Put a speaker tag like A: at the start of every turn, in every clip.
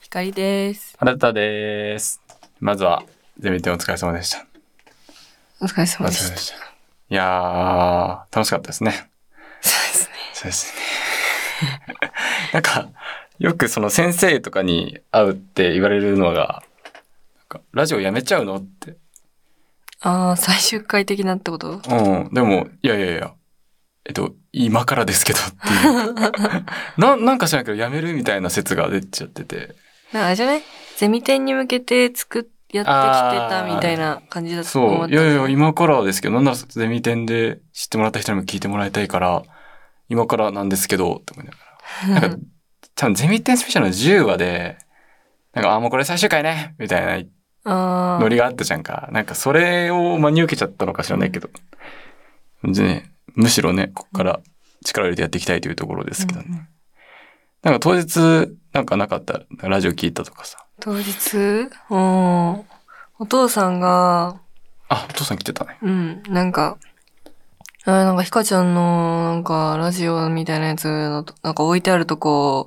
A: 光です。
B: 原田です。まずは、ゼミ展お疲れ様でした。
A: お疲れ様
B: お
A: で
B: 疲
A: した。そ
B: れ様でした。いやー、楽しかったですね。
A: うですね。
B: そうですね。 なんか、よくその先生とかに会うって言われるのが、なんかラジオやめちゃうのって。
A: ああ、最終回的なってこと
B: うん。でも、いやいやいや、えっと、今からですけど っていう。ななんか知らんけど、やめるみたいな説が出ちゃってて。
A: なんかあれじゃないゼミ展に向けて作っ、やってきてたみたいな感じだと思
B: そ
A: っ
B: う。
A: た。
B: いやいや、今からはですけど、なんならゼミ展で知ってもらった人にも聞いてもらいたいから、今からなんですけど、って思いながら。なんか、多分ゼミ展スペシャルの10話で、なんか、あ、もうこれ最終回ねみたいな
A: あ
B: ノ
A: あ、
B: リがあったじゃんか。なんか、それを真に受けちゃったのか知らないけど。ね、むしろね、ここから力を入れてやっていきたいというところですけどね。
A: うんうん
B: なんか当日、なんかなかった、ラジオ聞いたとかさ。
A: 当日うん。お父さんが、
B: あ、お父さん来てたね。
A: うん、なんか、あーなんか、ひかちゃんの、なんか、ラジオみたいなやつのと、なんか置いてあるとこ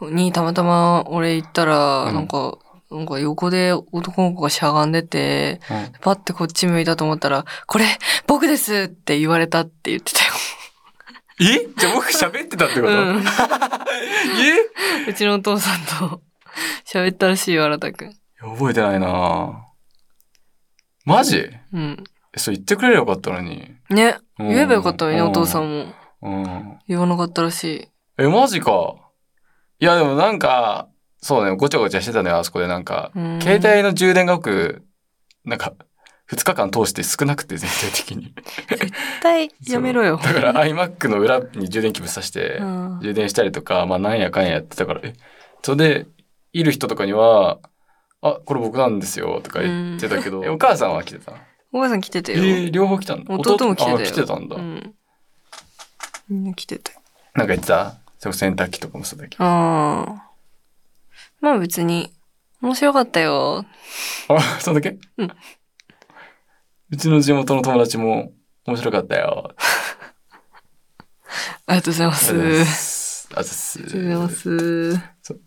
A: に、たまたま俺行ったら、
B: うん
A: なんか、なんか横で男の子がしゃがんでて、
B: うん
A: パッてこっち向いたと思ったら、これ、僕ですって言われたって言ってたよ。
B: えじゃあ僕喋ってたってこと、
A: うん
B: え
A: うちのお父さんと喋ったらしいよ、新田くん。
B: いや覚えてないなぁマジえ
A: うん。
B: そう言ってくれればよかったのに。
A: ね、
B: うん
A: 言えばよかったのにね、
B: う
A: お父さんも。
B: うん。
A: 言わなかったらしい。
B: え、マジか。いや、でもなんか、そうね、ごちゃごちゃしてたのよ、あそこでなんか。
A: うん
B: 携帯の充電が僕、なんか、2日間通して少なくて、全体的に。
A: 絶対やめろよ。
B: だから iMac の裏に充電器ぶっ刺して、
A: うん
B: 充電したりとか、まあなんやかんややってたから、え、それで、いる人とかには、あ、これ僕なんですよ、とか言ってたけど、えお母さんは来てた
A: お母さん来てた
B: え
A: よ。
B: ー両方来たんだ。
A: 弟も来てたよ
B: あ来てたんだ。
A: うん。みんな来てたよ。
B: なんか言ってたそれ洗濯機とかもそうだけど。
A: ああ。まあ別に、面白かったよ。
B: あ、そんだけ
A: うん
B: うちの地元の友達も面白かったよ。
A: ありがとうございま
B: あ
A: す。
B: りがとうござい
A: あ
B: ます。あざっ。
A: りがとうございますす。
B: だ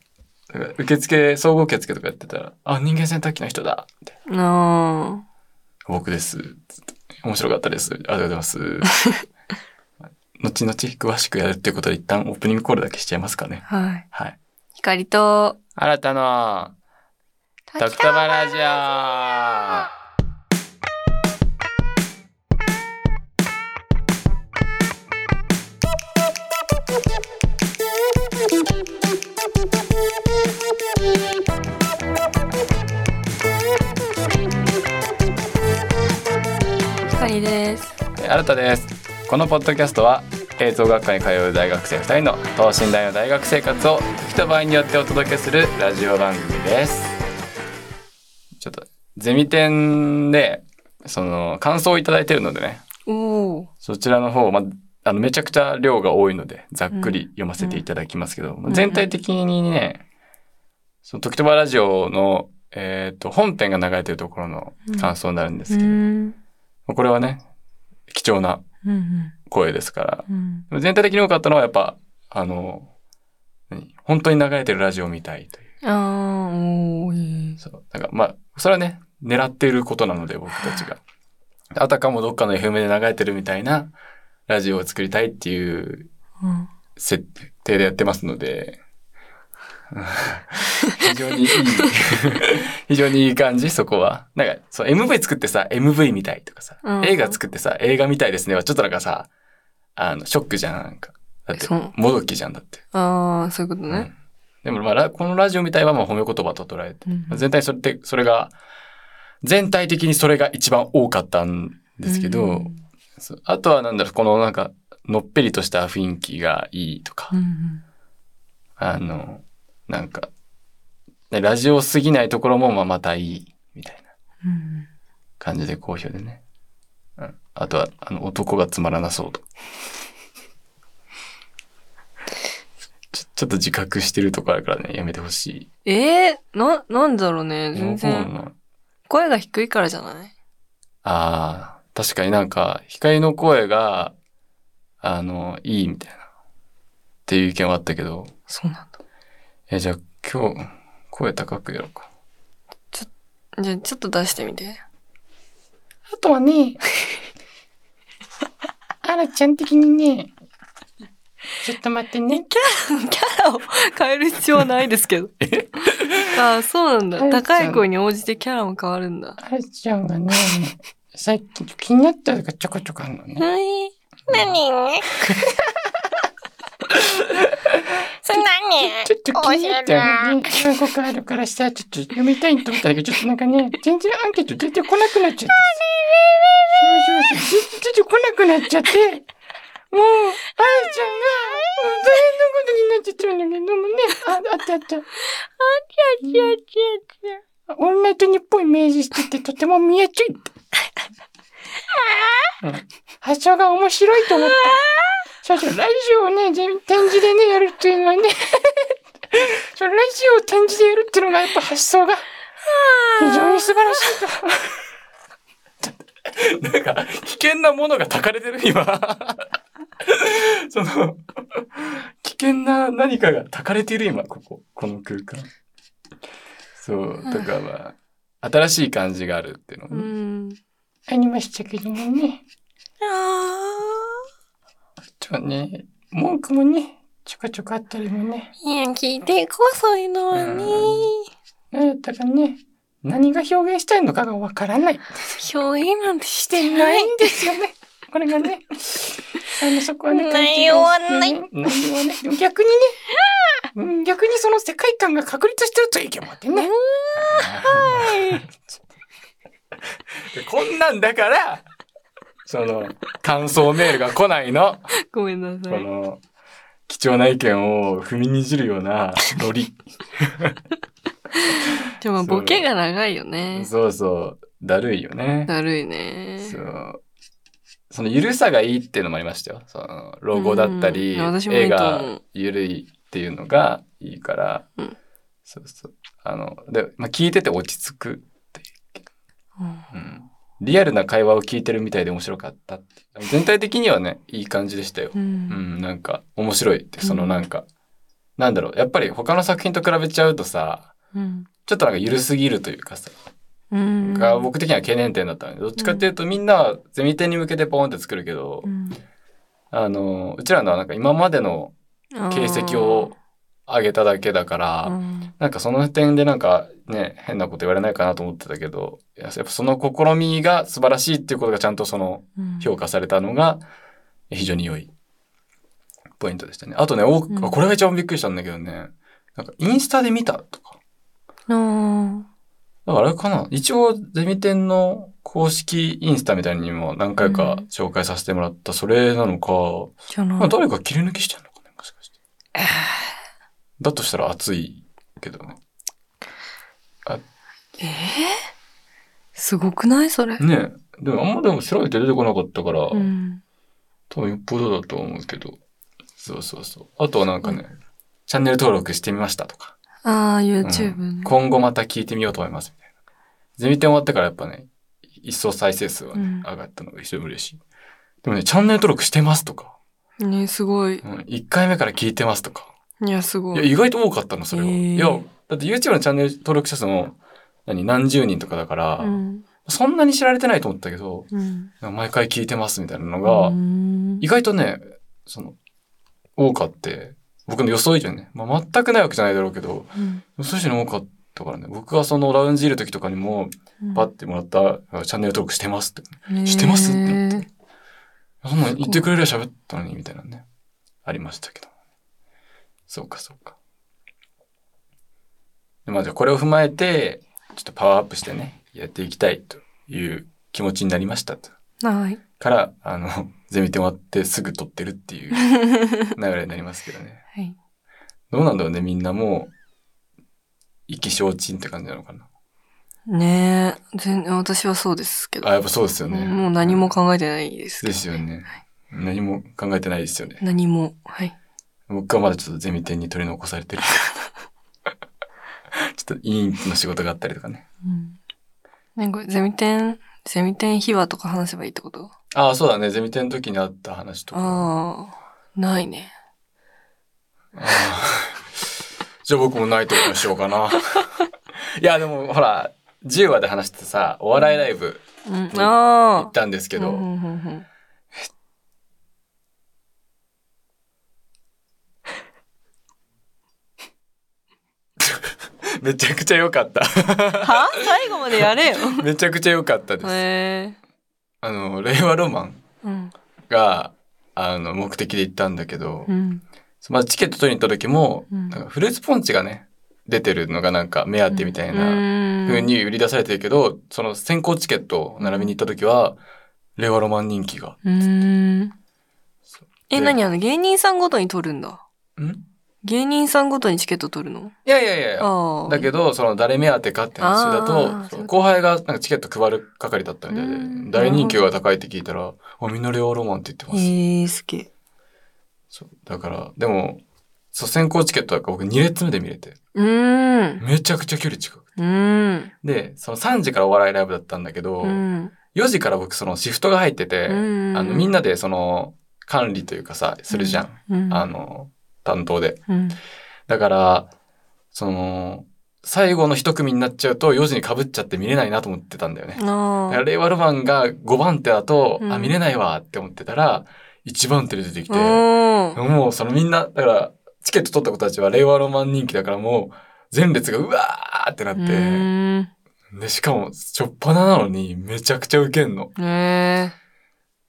B: から受付、総合受付とかやってたら、あ、人間洗濯機の人だみたいな
A: ああ。
B: 僕です。つって面白かったです。ありがとうございます。 後々詳しくやるっていうことで一旦オープニングコールだけしちゃいますかね。
A: はい。
B: はい。
A: 光と、
B: 新たなドクタバラジオ
A: 光です。
B: 新たですこのポッドキャストは映像学科に通う大学生2人の等身大の大学生活を時と場合によってお届けするラジオ番組ですちょっとゼミ展でその感想をいただいてるのでね
A: おお。
B: そちらの方、まあ、あのめちゃくちゃ量が多いのでざっくり読ませていただきますけど、まあ全体的にね、その時とばラジオの、えー、と本編が流れてるところの感想になるんです
A: う
B: けど、
A: ん。
B: これはね貴重な
A: うん。
B: 声ですから
A: うん。
B: でも全体的に多かったのはやっぱあの何本当に流れてるラジオみたいという
A: ああ、おお、いい。
B: そうなんかまあそれはね狙っていることなので僕たちがあたかもどっかの FM で流れてるみたいなラジオを作りたいっていう
A: うん。
B: 設定でやってますので、 非常にい い、非常にいい感じ、そこは。なんか、そう、MV 作ってさ、MV みたいとかさ、
A: うん
B: 映画作ってさ、映画みたいですねは、ちょっとなんかさ、あの、ショックじゃん、なんか。だって
A: そう、
B: もどきじゃんだって。
A: ああ、そういうこと
B: う
A: ね。
B: ん、でも、まあラ、このラジオみたいは、まあ、褒め言葉と捉えて、
A: うん
B: 全体にそれって、それが、全体的にそれが一番多かったんですけど、
A: うん
B: そうあとはなんだろう、このなんか、のっぺりとした雰囲気がいいとか、
A: うん。
B: あの、なんか、ねラジオすぎないところもまあまたいい、みたいな
A: うん。
B: 感じで好評でね。うん、あとは、あの、男がつまらなそうと。 ちょちょっと自覚してるとこあるからね、やめてほし
A: ええー、な、なんだろうね。
B: い。
A: 全
B: そうな
A: 然。
B: の
A: 声が低いからじゃない
B: ああ、確かになんか、光の声が、あの、いいみたいな、っていう意見はあったけど、
A: そうなんだ。
B: え、じゃあ今日、声高くやろうか。
A: じゃあちょっと出してみて。
C: あとはね、あらちゃん的にね、ちょっと待ってね。
A: キャラを変える必要はないです けど。ああ、そうなんだ。高い声に応じてキャラも変わるんだ。
C: あらちゃんがね、最近気になったのがちょこちょこあるのね。
A: はい。
D: 何それ何
C: ちょっと気になったのね、何個かあるからさ、ちょっと読みたいと思ったんだけど、ちょっとなんかね、全然アンケート出てこなくなっちゃって。そうそうそう、出てこなくなっちゃって、もう、あやちゃんが、もう大変なことになっちゃったんだけどもね、あ、あったあった。あっオンナイトニッポンイメージしててとても見えちゃいた。うん発想が面白いと思った。そうそう、ラジオをね、全展示でね、やるっていうのはね、そうラジオを展示でやるっていうのがやっぱ発想が非常に素晴らしいと。
B: なんか、危険なものがたかれてる、今。 その、危険な何かがたかれてる、今、ここ、この空間。そう、だからまあ、新しい感じがあるっていう
A: う
B: のね。
A: ん。
C: ありましたけどもね。
D: あ
C: ちょっとね、文句もね、ちょこちょこあったりもね。
D: ーいや、聞いてこそういうのはね。
C: なんだったかね、何が表現したいのかがわからない。
D: 表現なんてし
C: してて
D: な
C: ないい。んですよね。これがね。あの、そこはね、
D: 内容は
C: 勘違いしてね内容はない。でも逆にね、うん逆にその世界観が確立してるといいけどもってね。
B: こんなんだから、その、感想メールが来ないの。
A: ごめんなさ
B: こ
A: い。
B: の、貴重な意見を踏みにじるようなノリ。
A: でもボケが長いよね。
B: そうそう、だるいよね。
A: だるいね。
B: そう。そのゆるさがいいっていうのもありましたよ。そのロゴだったり、
A: うん私もい
B: 絵
A: いと思う
B: がゆるいっていうのがいいから、
A: うん
B: そうそう。あの、で、まあ、聞いてて落ち着く。
A: うん
B: うん。リアルな会話を聞いてるみたいで面白かったって。全体的にはね、いい感じでしたよ。
A: う。
B: うんん、なんか面白いって、そのなんか、なんだろう、やっぱり他の作品と比べちゃうとさ、
A: うん。
B: ちょっとなんか緩すぎるというかさ、
A: うん。
B: が僕的には懸念点だったので、どっちかっていうとみんなはゼミ展に向けてポンって作るけど、
A: うん
B: あの、うちらのはなんか今までの形跡を上げただけだか
A: あ
B: ら、
A: ーうん
B: なんかその点でなんかね、変なこと言われないかなと思ってたけど、いややっぱその試みが素晴らしいっていうことがちゃんとその
A: うん
B: 評価されたのが非常に良いポイントでしたね。あとね、多く
A: うん
B: これが一番びっくりしたんだけどね、なんかインスタで見たとか。
A: あ
B: だからあれかな一応ゼミ展の公式インスタみたいにも何回か
A: うん
B: 紹介させてもらったそれなのか、
A: ーじゃな
B: まあ
A: い。
B: 誰か切り抜きしてんのかねもしかして。だとしたら熱いけどね。
A: えーすごくないそれ。
B: ねえでもあんまでも調べて出てこなかったから、
A: うん。
B: 多分よっぽどだと思うけど。そうそうそう。あとはなんかね、チャンネル登録してみましたとか、
A: ああ、
B: う
A: YouTube ね。
B: 今後また聞いてみようと思いますみたいな。ゼミ展終わってからやっぱね、一層再生数はね、
A: うん
B: 上がったのが非常に嬉しい。でもね、チャンネル登録してますとか、
A: ね、すごい。
B: うん、1回目から聞いてますとか、
A: いや、すご
B: いや、
A: い。
B: 意外と多かったの、それは。
A: へー
B: いや、だって YouTube のチャンネル登録者数も、何、何十人とかだから、
A: うん。
B: そんなに知られてないと思ったけど、
A: うん。
B: 毎回聞いてますみたいなのが、
A: うん
B: 意外とね、その、多かって、僕の予想以上にね、まあ、全くないわけじゃないだろうけど、
A: うん
B: 予想以上に多かったからね、僕がそのラウンジいる時とかにも、パッてもらった、チャンネル登録してますって、知ってますってなって。そんなん言ってくれりゃ喋ったのに、みたいなね、ありましたけど。そうか、そうか。でまあじゃあこれを踏まえて、ちょっとパワーアップしてね、やっていきたいという気持ちになりましたと。
A: はい。
B: から、あの、 ゼミ点終わってすぐ撮ってるっ ていう流れになりますけどね。
A: はい。
B: どうなんだろうね、みんなもう、意気消沈って感じなのかな。
A: ねえ、全然私はそうですけど
B: あ、。やっぱそうですよね。
A: もう何も考えてないですけ
B: で
A: ど。
B: すよね。何も考えてないですよね。
A: 何も。はい。
B: 僕はまだちょっとゼミ点に取り残されてる。 ちょっと委員の仕事があったりとかね。
A: うん。ね、これ、ゼミ展、ゼミ展秘話とか話せばいいってこと
B: ああ、そうだね。ゼミ点の時にあった話とか。
A: ああ、ないね。
B: ああじゃあ僕もないとこにしようかな。 いや、でもほら、10話で話してさ、お笑いライブ
A: うん、
B: 行
A: あ
B: っ
A: あ。
B: たんですけど、
A: うんうんうんうん
B: めちゃくちゃ良かった。
A: は最後までやれよ。
B: めちゃくちゃ良かったです。
A: へえ。
B: あの、令和ロマン
A: うん。
B: が、あの、目的で行ったんだけど、
A: うん。
B: まあチケット取りに行った時も、
A: うん
B: なんかフルーツポンチがね、出てるのがなんか目当てみたいな、
A: な
B: 風。に売り出されてるけど、その先行チケットを並びに行った時は、令和ロマン人気が。
A: うーん。え、
B: で
A: 何あの、芸人さんごとに取るんだ。
B: んい
A: 芸人さんごとにチケット取るの
B: やいやいやいや。
A: ああ。
B: だけど、その誰目当てかって話だ
A: あー
B: と
A: そう
B: そ
A: いう
B: う、
A: こ
B: 後輩がなんかチケット配る係だったみたいうで
A: ん、
B: 誰人気が高いって聞いたら、あ、みんな令和ロマンって言ってます。
A: へえ、好き。
B: そうだから、でも、そう、先行チケットだから僕2列目で見れて、
A: うーん。
B: めちゃくちゃ距離近く。
A: うーん。
B: で、その3時からお笑いライブだったんだけど、
A: うん。
B: 4時から僕そのシフトが入ってて、
A: うん
B: あの、みんなでその、管理というかさ、するじゃん。
A: うん。
B: あの、担当で。
A: うん。
B: だから、その、最後の一組になっちゃうと4時に被っちゃって見れないなと思ってたんだよね。だ
A: あ
B: から
A: あ。
B: 令和ロマンが5番手だと、
A: うん
B: あ、見れないわって思ってたら、1番手で出てきて、
A: おー
B: もうそのみんな、だから、チケット取った子たちは令和ロマン人気だからもう、前列がうわーって
A: う
B: なって、
A: ーん。
B: で、しかも、しょっぱななのにめちゃくちゃウケんの。
A: ね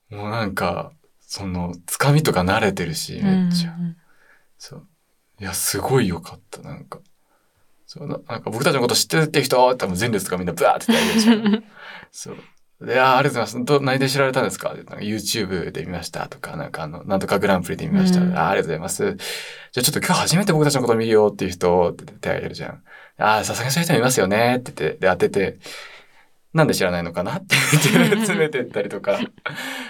B: もうなんか、その、つかみとか慣れてるし、
A: え。
B: めっちゃ。
A: うん
B: そう。いや、すごい良かった、なんか。そうな、なんか僕たちのこと知ってるって人って多分前列とかみんなブワーって言ってあ げるじゃんそう。いやーありがとうございます。ど、何で知られたんですかってなんか YouTube で見ましたとか、なんかあの、なんとかグランプリで見ました。
A: うん
B: あーありがとうございます。じゃあちょっと今日初めて僕たちのこと見るよっていう人って手挙げるじゃん。ああ、さすがにそういう人もいますよねって言って、で当てて、なんで知らないのかなって言 って詰めてったりとか、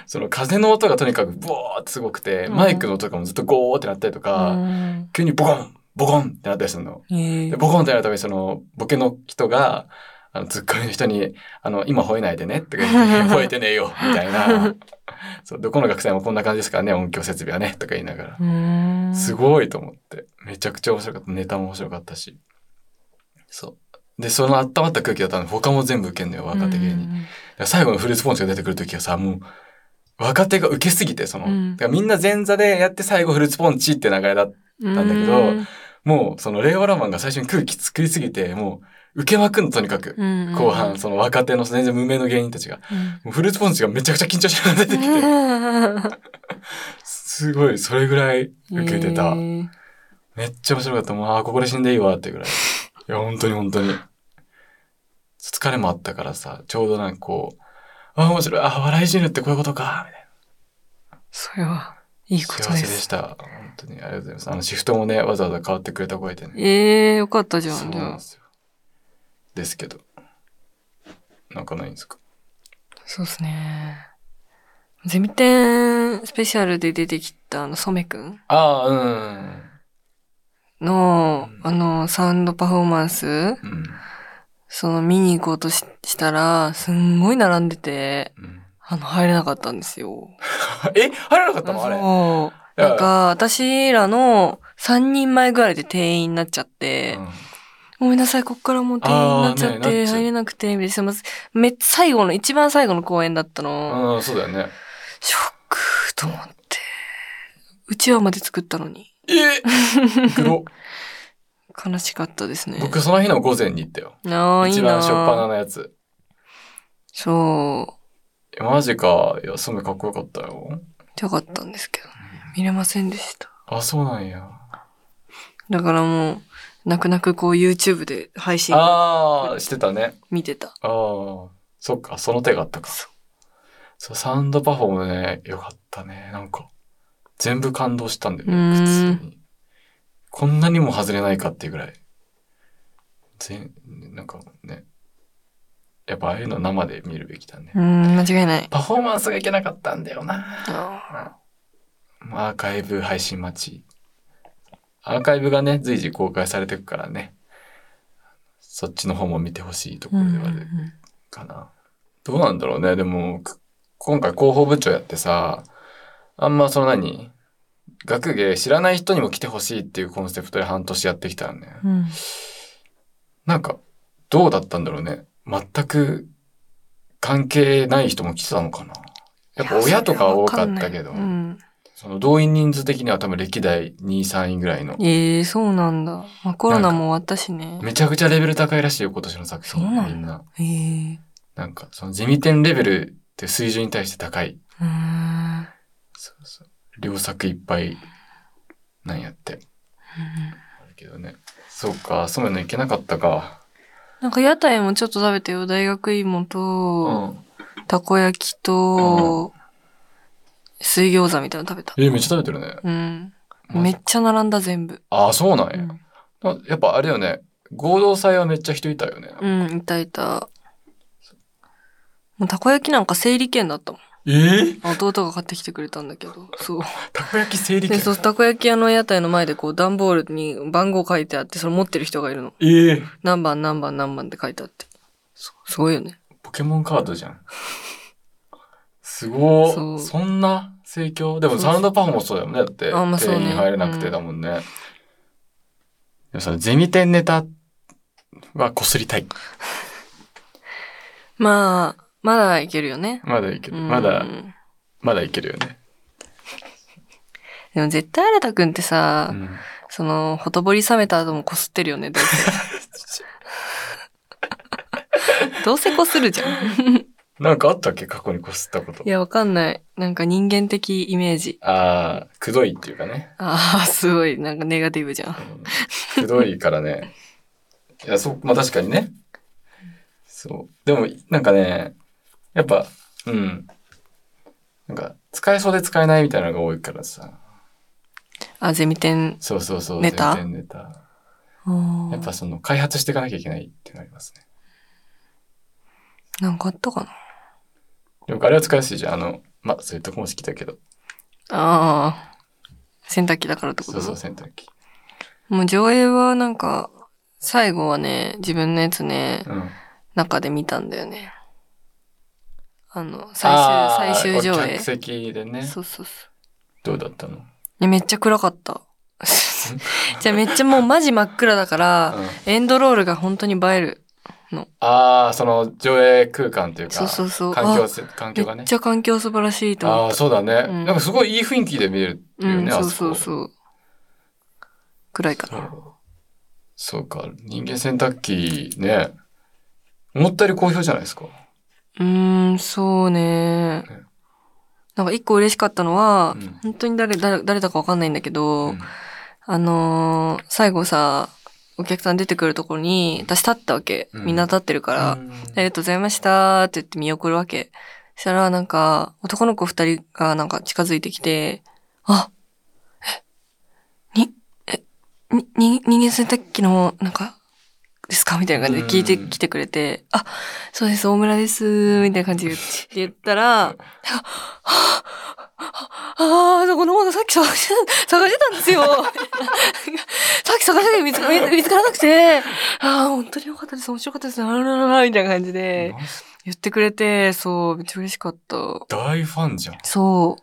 B: その風の音がとにかくボーってすごくて、マイクの音とかもずっとゴーってなったりとか、
A: うん
B: 急にボコンボコンってなったりするの。
A: へえ
B: で、。ボコンってなるためにその、ボケの人が、あの、ツッコミの人に、あの、今吠えないでねって言って 吠えてねえよみたいな。そう、どこの学生もこんな感じですからね、音響設備はね、とか言いなが
A: うーん
B: ら。すごいと思って。めちゃくちゃ面白かった。ネタも面白かったし。そう。で、その温まった空気だったので、他も全部受けんのよ、若手芸人。だから最後のフルーツポンチが出てくるときはさ、もう、若手が受けすぎて、その、
A: うん
B: だからみんな前座でやって最後フルーツポンチって流れだった
A: うん。
B: なんだけど
A: うん
B: もう、その、令和ロマンが最初に空気作りすぎて、もう、受けまくんの、とにかく。
A: うん。
B: 後半、その若手の全然無名の芸人たちが、もうフルーツポンチがめちゃくちゃ緊張しながら出てきて、すごい、それぐらい受けてた。
A: へえ
B: めっちゃ面白かった。もう、あーここで死んでいいわ、ってぐらい。いや、本当に本当に。疲れもあったからさ、ちょうどなんかこう、あー、面白い、あー、笑い死ぬってこういうことか、みたいな。
A: それは、いいこと
B: 幸
A: で
B: せでし
A: す。
B: た。本当に、ありがとうございます。あの、シフトもね、わざわざ変わってくれた声でね。
A: ええ、よかったじゃ、
B: そうん
A: じ
B: なん
A: ゃ
B: で
A: あ。
B: すよ。ですけど。なんかないんですか
A: そうですね。ゼミ展スペシャルで出てきたあの、染くん
B: ああ、
A: の
B: う、ん
A: あの、サウンドパフォーマンス、
B: うん。うん。
A: その見に行こうとししたら、すんごい並んでて、
B: うん、
A: あの、入れなかったんですよ。
B: え入らなかったのあれ。
A: そう。なんか、私らの3人前ぐらいで定員になっちゃって
B: う、ん
A: ごめんなさい、こっからもう定員になっちゃっ
B: あ
A: て、
B: ーねなっちゃう
A: 入れなくて、みたいなすいません。めっ最後の、一番最後の公演だったの。
B: うん、そうだよね。
A: ショックと思って。うちわまで作ったのに。
B: え黒。
A: 悲しかったですね。
B: 僕、その日の午前に行ったよ。
A: なあ、いい
B: 一
A: な
B: 番初っ端のやつ。
A: そ
B: いやマジか。いや、そめかっこよかったよ。
A: う。よかったんですけどね。見れませんでした。
B: あ、そうなんや。
A: だからもう、泣く泣くこう YouTube で配信
B: ああ、してたね。
A: 見てた。
B: ああ、そっか、その手があったか。
A: そ
B: そう、サウンドパフォームね、よかったね。なんか、全部感動したんだよ
A: うーん
B: ね、普通に。こんなにも外れないかっていうぐらい。全、なんかね、やっぱああいうの生で見るべきだね。
A: うーん、間違いない。
B: パフォーマンスがいけなかったんだよな。
A: あ
B: アーカイブ配信待ち。アーカイブがね、随時公開されてくからね。そっちの方も見てほしいと
A: ー
B: ころではあるかな。どうなんだろうね。でも、く今回広報部長やってさ、あんまその何学芸知らない人にも来てほしいっていうコンセプトで半年やってきたのね。
A: うん。
B: なんか、どうだったんだろうね。全く関係ない人も来てたのかな。やっぱ親とかは多かったけど、
A: いやそれはわかんないうん
B: その動員人数的には多分歴代2、3位ぐらいの。
A: ええそうなんだ。まあ、コロナも終わったしね。
B: めちゃくちゃレベル高いらしいよ、今年の作品。
A: そうなんだ
B: みんな。
A: ええ
B: なんか、その地味点レベルって水準に対して高い。
A: うーん。うん
B: そうそう。両作いっぱい、なんやって。あるけどね。そうか、そういうのいけなかったか。
A: なんか屋台もちょっと食べてよ。大学芋
B: う
A: と、
B: ん。
A: たこ焼きと、水餃子みたいなの食べた。
B: え、めっちゃ食べてるね。
A: うん。
B: マジ
A: めっちゃ並んだ全部。
B: ああ、そうなんや。
A: うん
B: あやっぱあれよね。合同祭はめっちゃ人いたよね。
A: うん、いたいた。もうたこ焼きなんか整理券だったもん。
B: えー、
A: 弟が買ってきてくれたんだけど、 そう。
B: たこ焼き整理
A: で、
B: 券
A: そう、たこ焼き屋の屋台の前でこう段ボールに番号書いてあって、それ持ってる人がいるの。
B: えー
A: 何番何番何番って書いてあって。そうすごいよね。
B: ポケモンカードじゃん。すご
A: そ
B: ー。
A: う
B: そんな盛況でも
A: そうそう
B: サウンドパフォーもそうだよね。だって、
A: あまあそうね
B: 店員入れなくて
A: うん
B: だもんね。でもさ、ゼミ店ネタはこすりたい。
A: まあ、まだいけるよね。
B: まだいける。
A: うん
B: まだ、まだいけるよね。
A: でも絶対新田くんってさ、
B: うん
A: その、ほとぼり冷めた後もこすってるよね、どう せ。どうせこするじゃん。
B: なんかあったっけ過去にこすったこと
A: い。や、わかんない。なんか人間的イメージ。
B: ああ、くどいっていうかね。
A: ああ、すごい、なんかネガティブじゃん。
B: うんくどいからね。 いや、そう、まあ確かにね。そう。でも、なんかね、やっぱ、うん。なんか、使えそうで使えないみたいなのが多いからさ。
A: あ、ゼミ店。
B: そうそうそう。
A: ネタ
B: 全然ネタ。
A: あ
B: やっぱその、開発していかなきゃいけないってなりますね。
A: ーなんかあったかな
B: でも、あれは使いやすいじゃん。あの、まあ、そういうとこも好きだけど。
A: ああ。洗濯機だからってこ
B: そ
A: と
B: うそう、洗濯機。
A: もう上映はなんか、最後はね、自分のやつね、
B: うん。
A: 中で見たんだよね。あの、
B: あ
A: 最
B: ー
A: 終、最終上映
B: 客。席でね。
A: そうそうそう。
B: どうだったの
A: いやめっちゃ暗かった。 じゃあめっちゃもうマジ真っ暗だから、
B: うん
A: エンドロールが本当に映える。
B: ああ、その上映空間というか、
A: そうそうそう
B: 環境せ、環境が
A: め
B: ね
A: っち。ゃ環境素晴らしいと
B: あ
A: 思
B: あ
A: っ
B: ー、そうだね、
A: うん
B: なんかすごいいい雰囲気で見えるって
A: た。、
B: いううんね、
A: そ
B: あ
A: う
B: そ
A: そ
B: こ。
A: うそう。暗いか
B: そう
A: な。
B: そうか、人間洗濯機ね、思ったより好評じゃないですか。
A: うーん、そうね
B: ね。
A: なんか一個嬉しかったのは、
B: うん
A: 本当に誰、誰、誰だかわかんないんだけど、
B: うん
A: あのー最後さ、お客さん出てくるところに、私立ったわけ。
B: うん
A: みんな立ってるから、
B: うん
A: ありがとうございましたって言って見送るわけ。そしたら、なんか、男の子二人がなんか近づいてきて、あ、え、に、え、に、に、人間洗濯機の、なんか、ですかみたいな感じで聞いて
B: うん
A: きてくれて、あ、そうです、大村です、みたいな感じで言ったら、なんかああー、そこのものさっき探して、探してたんですよ。 さっき探してたけど見つか見つからなくて、ああ、本当に良かったです、面白かったです、あらららら、みたいな感じで
B: マジ
A: 言ってくれて、そう、めっちゃ嬉しかった。
B: 大ファ ンじゃん。
A: そ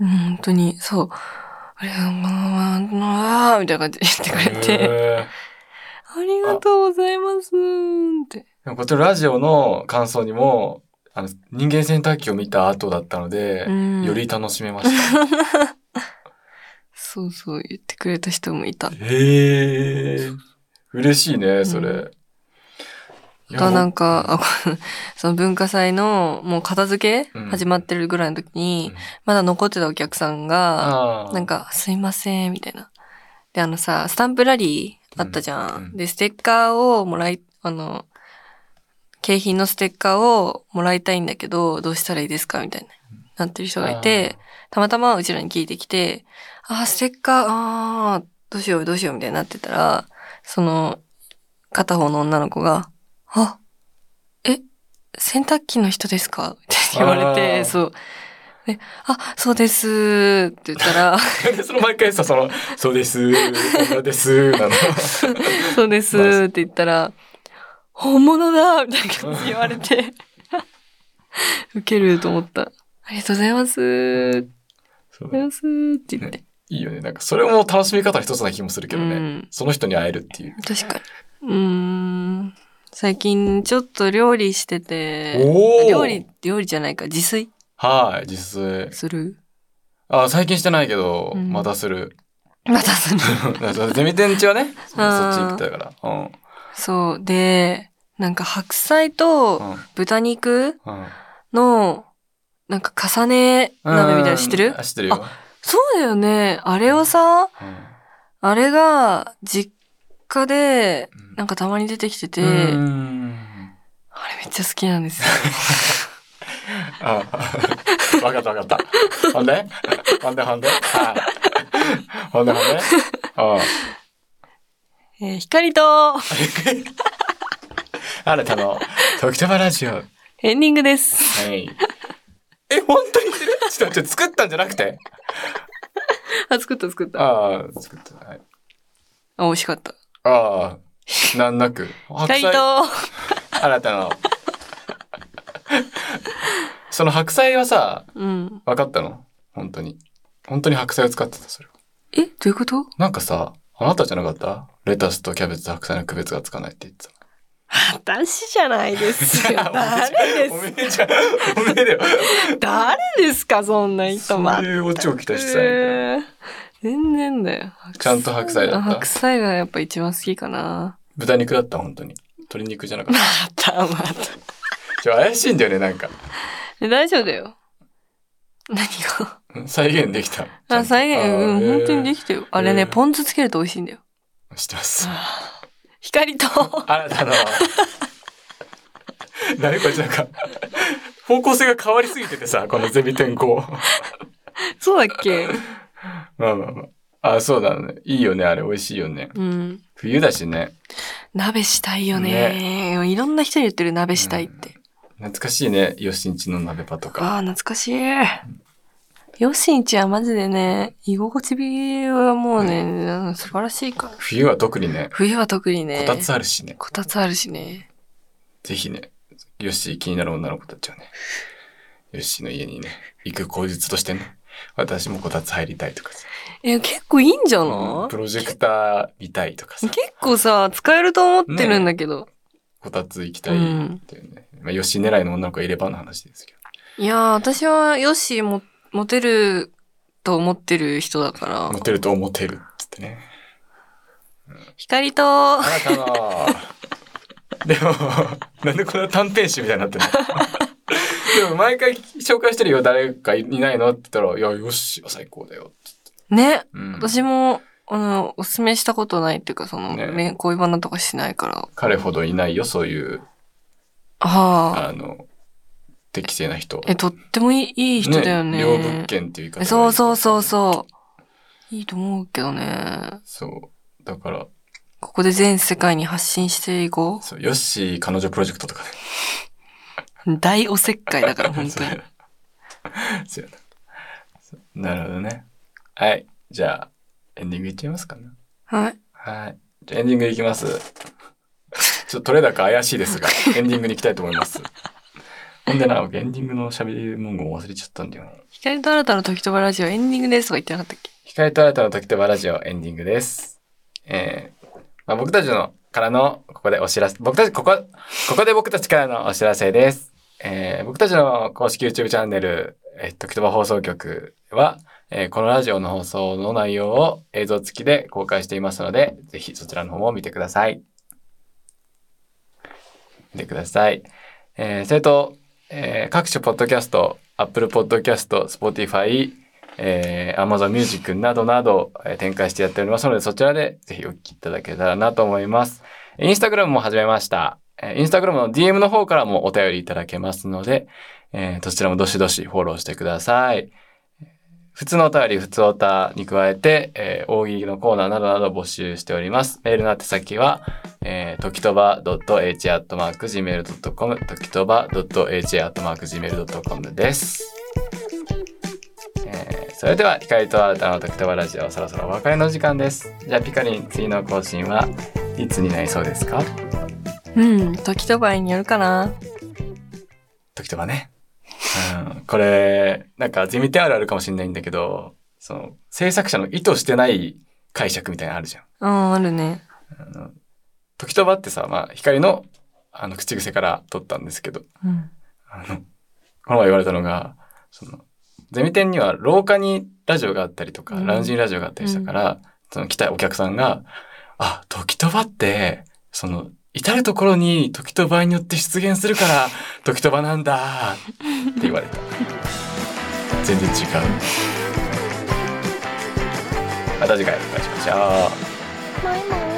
A: う。うん、本当に、そう。あれ、あーあー、みたいな感じで言ってくれて、
B: へー
A: ありがとうございます、って。
B: でもこっちのラジオの感想にも、あの、人間洗濯機を見た後だったので、
A: うん
B: より楽しめました。
A: そうそう、言ってくれた人もいた。
B: へえ。嬉しいね、それ。
A: う
B: いや
A: がなんか、あこ その文化祭のもう片付け
B: うん
A: 始まってるぐらいの時に、
B: うん
A: まだ残ってたお客さんが、
B: あー
A: なんか、すいません、みたいな。で、あのさ、スタンプラリーあったじゃん。
B: うんうん
A: で、ステッカーをもらい、あの、景品のステッカーをもらいたいんだけど、どうしたらいいですかみたいな、なってる人がいて、たまたまうちらに聞いてきて、あー、ステッカー、あー、どうしよう、どうしよう、みたいになってたら、その、片方の女の子が、あ、え、洗濯機の人ですかって言われ
B: あー
A: て、そう。であ、そうですって言ったら、
B: なん でその毎回さ、その、そうです、こんなです、なの。
A: そうですって言ったら、本物だみたいな感じで言われ て、ウケると思った。ありがとうございます。ありがとう
B: そう
A: ございますって言って。
B: いいよね。なんかそれも楽しみ方の一つな気もするけどね。
A: うん
B: その人に会えるっていう。
A: 確かに。うーん。最近ちょっと料理してて、
B: おお
A: 料理、料理じゃないか、自炊
B: はい、実炊。
A: する
B: あ、最近してないけど、
A: うん
B: またする。
A: またする。
B: ゼミ天地はね、そ
A: あー
B: っち行ってたから。うん。
A: そう。で、なんか白菜と
B: うん。
A: 豚肉
B: うん
A: の、なんか重ね鍋みたいなの知ってる
B: あ知ってるよ。
A: そうだよね。あれをさ、
B: うん
A: あれが実家で、
B: うん
A: なんかたまに出てきてて、
B: うーん
A: あれめっちゃ好きなん ですよ。
B: あ、わかったわかった。ほんでほんでほんではいほんでほん でうん
A: えー光と
B: あなたの、時たまラジオ。は
A: エンディングです。
B: い。え、本当に言ってるちょっと、ちょっと作ったんじゃなくて。
A: あ、作った作った。あ、
B: ああ、作った。はい
A: 美味しかった。
B: ああ、難なく。白
A: 光
B: 菜、
A: と
B: あなたの。その白菜はさ、
A: うん。
B: 分かったの本当に。本当に白菜を使ってた、それは。
A: え、どういうこと
B: なんかさ、あなたじゃなかったレタスとキャベツと白菜の区別がつかないって言ってた。。
D: 私じゃないで すよ
B: 誰ですおめえじゃん。おめえだよ。
A: 誰ですか、そんな人
B: そ
A: は
B: う。いうオチを期待してたんやけど
A: えー全然だよ。
B: ちゃんと白菜だった
A: 白菜がやっぱ一番好きか な。
B: 豚肉だった、本当に。鶏肉じゃなかった。
A: またまた。
B: ちょ、怪しいんだよね、なんか。
A: え大丈夫だよ。何が
B: うん再現できた。
A: あ、再現、うん、本当にで
B: き
A: きたよ。あれね、
B: えー
A: ポン酢つけると美味しいんだよ。
B: た。してます。
A: 光と、
B: あなたの。何これなんか、方向性が変わりすぎててさ、このゼミ転校。
A: そうだっ け
B: まあまあまあ。あ、そうだね。いいよね、あれ。美味しいよね。
A: うん。
B: 冬だしね。
A: 鍋したいよねいろんな人に言ってる鍋したいって。
B: 懐かしいね。よしんちの鍋場とか。
A: ああ、懐かしい。ヨシンちはマジでね、居心地はもうね、うん素晴らしいから。
B: 冬は特にね、
A: 冬は特にね、
B: こたつあるしね。
A: こたつあるしね。
B: ぜひね、ヨッシー気になる女の子たちはね、ヨッシーの家にね、行く口実としてね、私もこたつ入りたいとかさ、
A: え、結構いいんじゃな
B: プロジェクター見たいとか
A: い
B: さ、
A: 結構さ、使えると思ってるんだけど。
B: こたつ行きたいっていうね、まあ、ヨッシー狙いの女の子がいればの話ですけど。
A: いやー、私はヨッシーも、モテると思ってる人だから
B: モ。テると思ってるっつってね。
A: 光と
B: あ、なたの、 でも、なんでこんな短編集みたいになってんの でも毎回紹介してるよ、誰かいないのって言ったら、いや、ヨッシーは最高だよ。
A: ね、
B: うん、
A: 私も、あの、おすすめしたことないっていうか、その、
B: ね
A: ね、恋バナとかしないから。
B: 彼ほどいないよ、そういう
A: はあ。
B: あの、適正な人。
A: え、とってもいいいい人だよね。
B: 両物件っていう言い方がいい。
A: そうそうそうそう。いいと思うけどね。
B: そう。だから、
A: ここで全世界に発信していこ
B: そう、ヨッシー彼女プロジェクトとかね。
A: う。大おせっかいだ から、本当
B: そう
A: に
B: や。な。そうやなそうなるほどね。はい。じゃあ、エンディングいっちゃいますかね。
A: はい。
B: はい。じゃあエンディングいきます。 ちょっと取れ高怪しいですが、エンディングに行きたいと思います。ほんでな、僕エンディングの喋り文言忘れちゃったんだよね。
A: 光と新たの時とばラジオエンディングですとか言ってなかったっけ
B: 光と新たの時とばラジオエンディングです。えーまあ、僕たちのからの、ここでお知らせ、僕たち、ここ、ここで僕たちからのお知らせです。えー僕たちの公式 YouTube チャンネル、えっと、時とば放送局は、えーこのラジオの放送の内容を映像付きで公開していますので、ぜひそちらの方も見てください。見てください。えーそれと、えー各種ポッドキャスト、Apple Podcast、Spotify、えー Amazon Music などなど、えー展開してやっておりますので、そちらでぜひお聞きいただけたらなと思います。インスタグラムも始めました。えーインスタグラムの DM の方からもお便りいただけますので、えーそちらもどしどしフォローしてください。普通のお便り、普通おたに加えて、えー大喜利のコーナーなどなど募集しております。メールの宛先は、えー、ときとば .h.gmail.com、ときとば .h.gmail.com です。えーそれでは、光と新たのときとばラジオ、そろそろお別れの時間です。じゃあ、ピカリン、次の更新はいつになりそうですか
A: うん、時とばによるかな。
B: ときとばね。うん、これ、なんか、ゼミってあるあるかもしれないんだけど、その、制作者の意図してない解釈みたいなのあるじゃん。
A: ああ、あるね。
B: あの時とばってさ、まあ、光の、あの、口癖から取ったんですけど、
A: うん。
B: あの、この前言われたのが、その、ゼミ店には廊下にラジオがあったりとか、
A: うん
B: ラウンジにラジオがあったりしたから、その来たお客さんが、あ、時とばって、その、至るところに時と場によって出現する から、時とばなんだって言われた。全然違う。また次回お会いしましょう。
C: バイバイ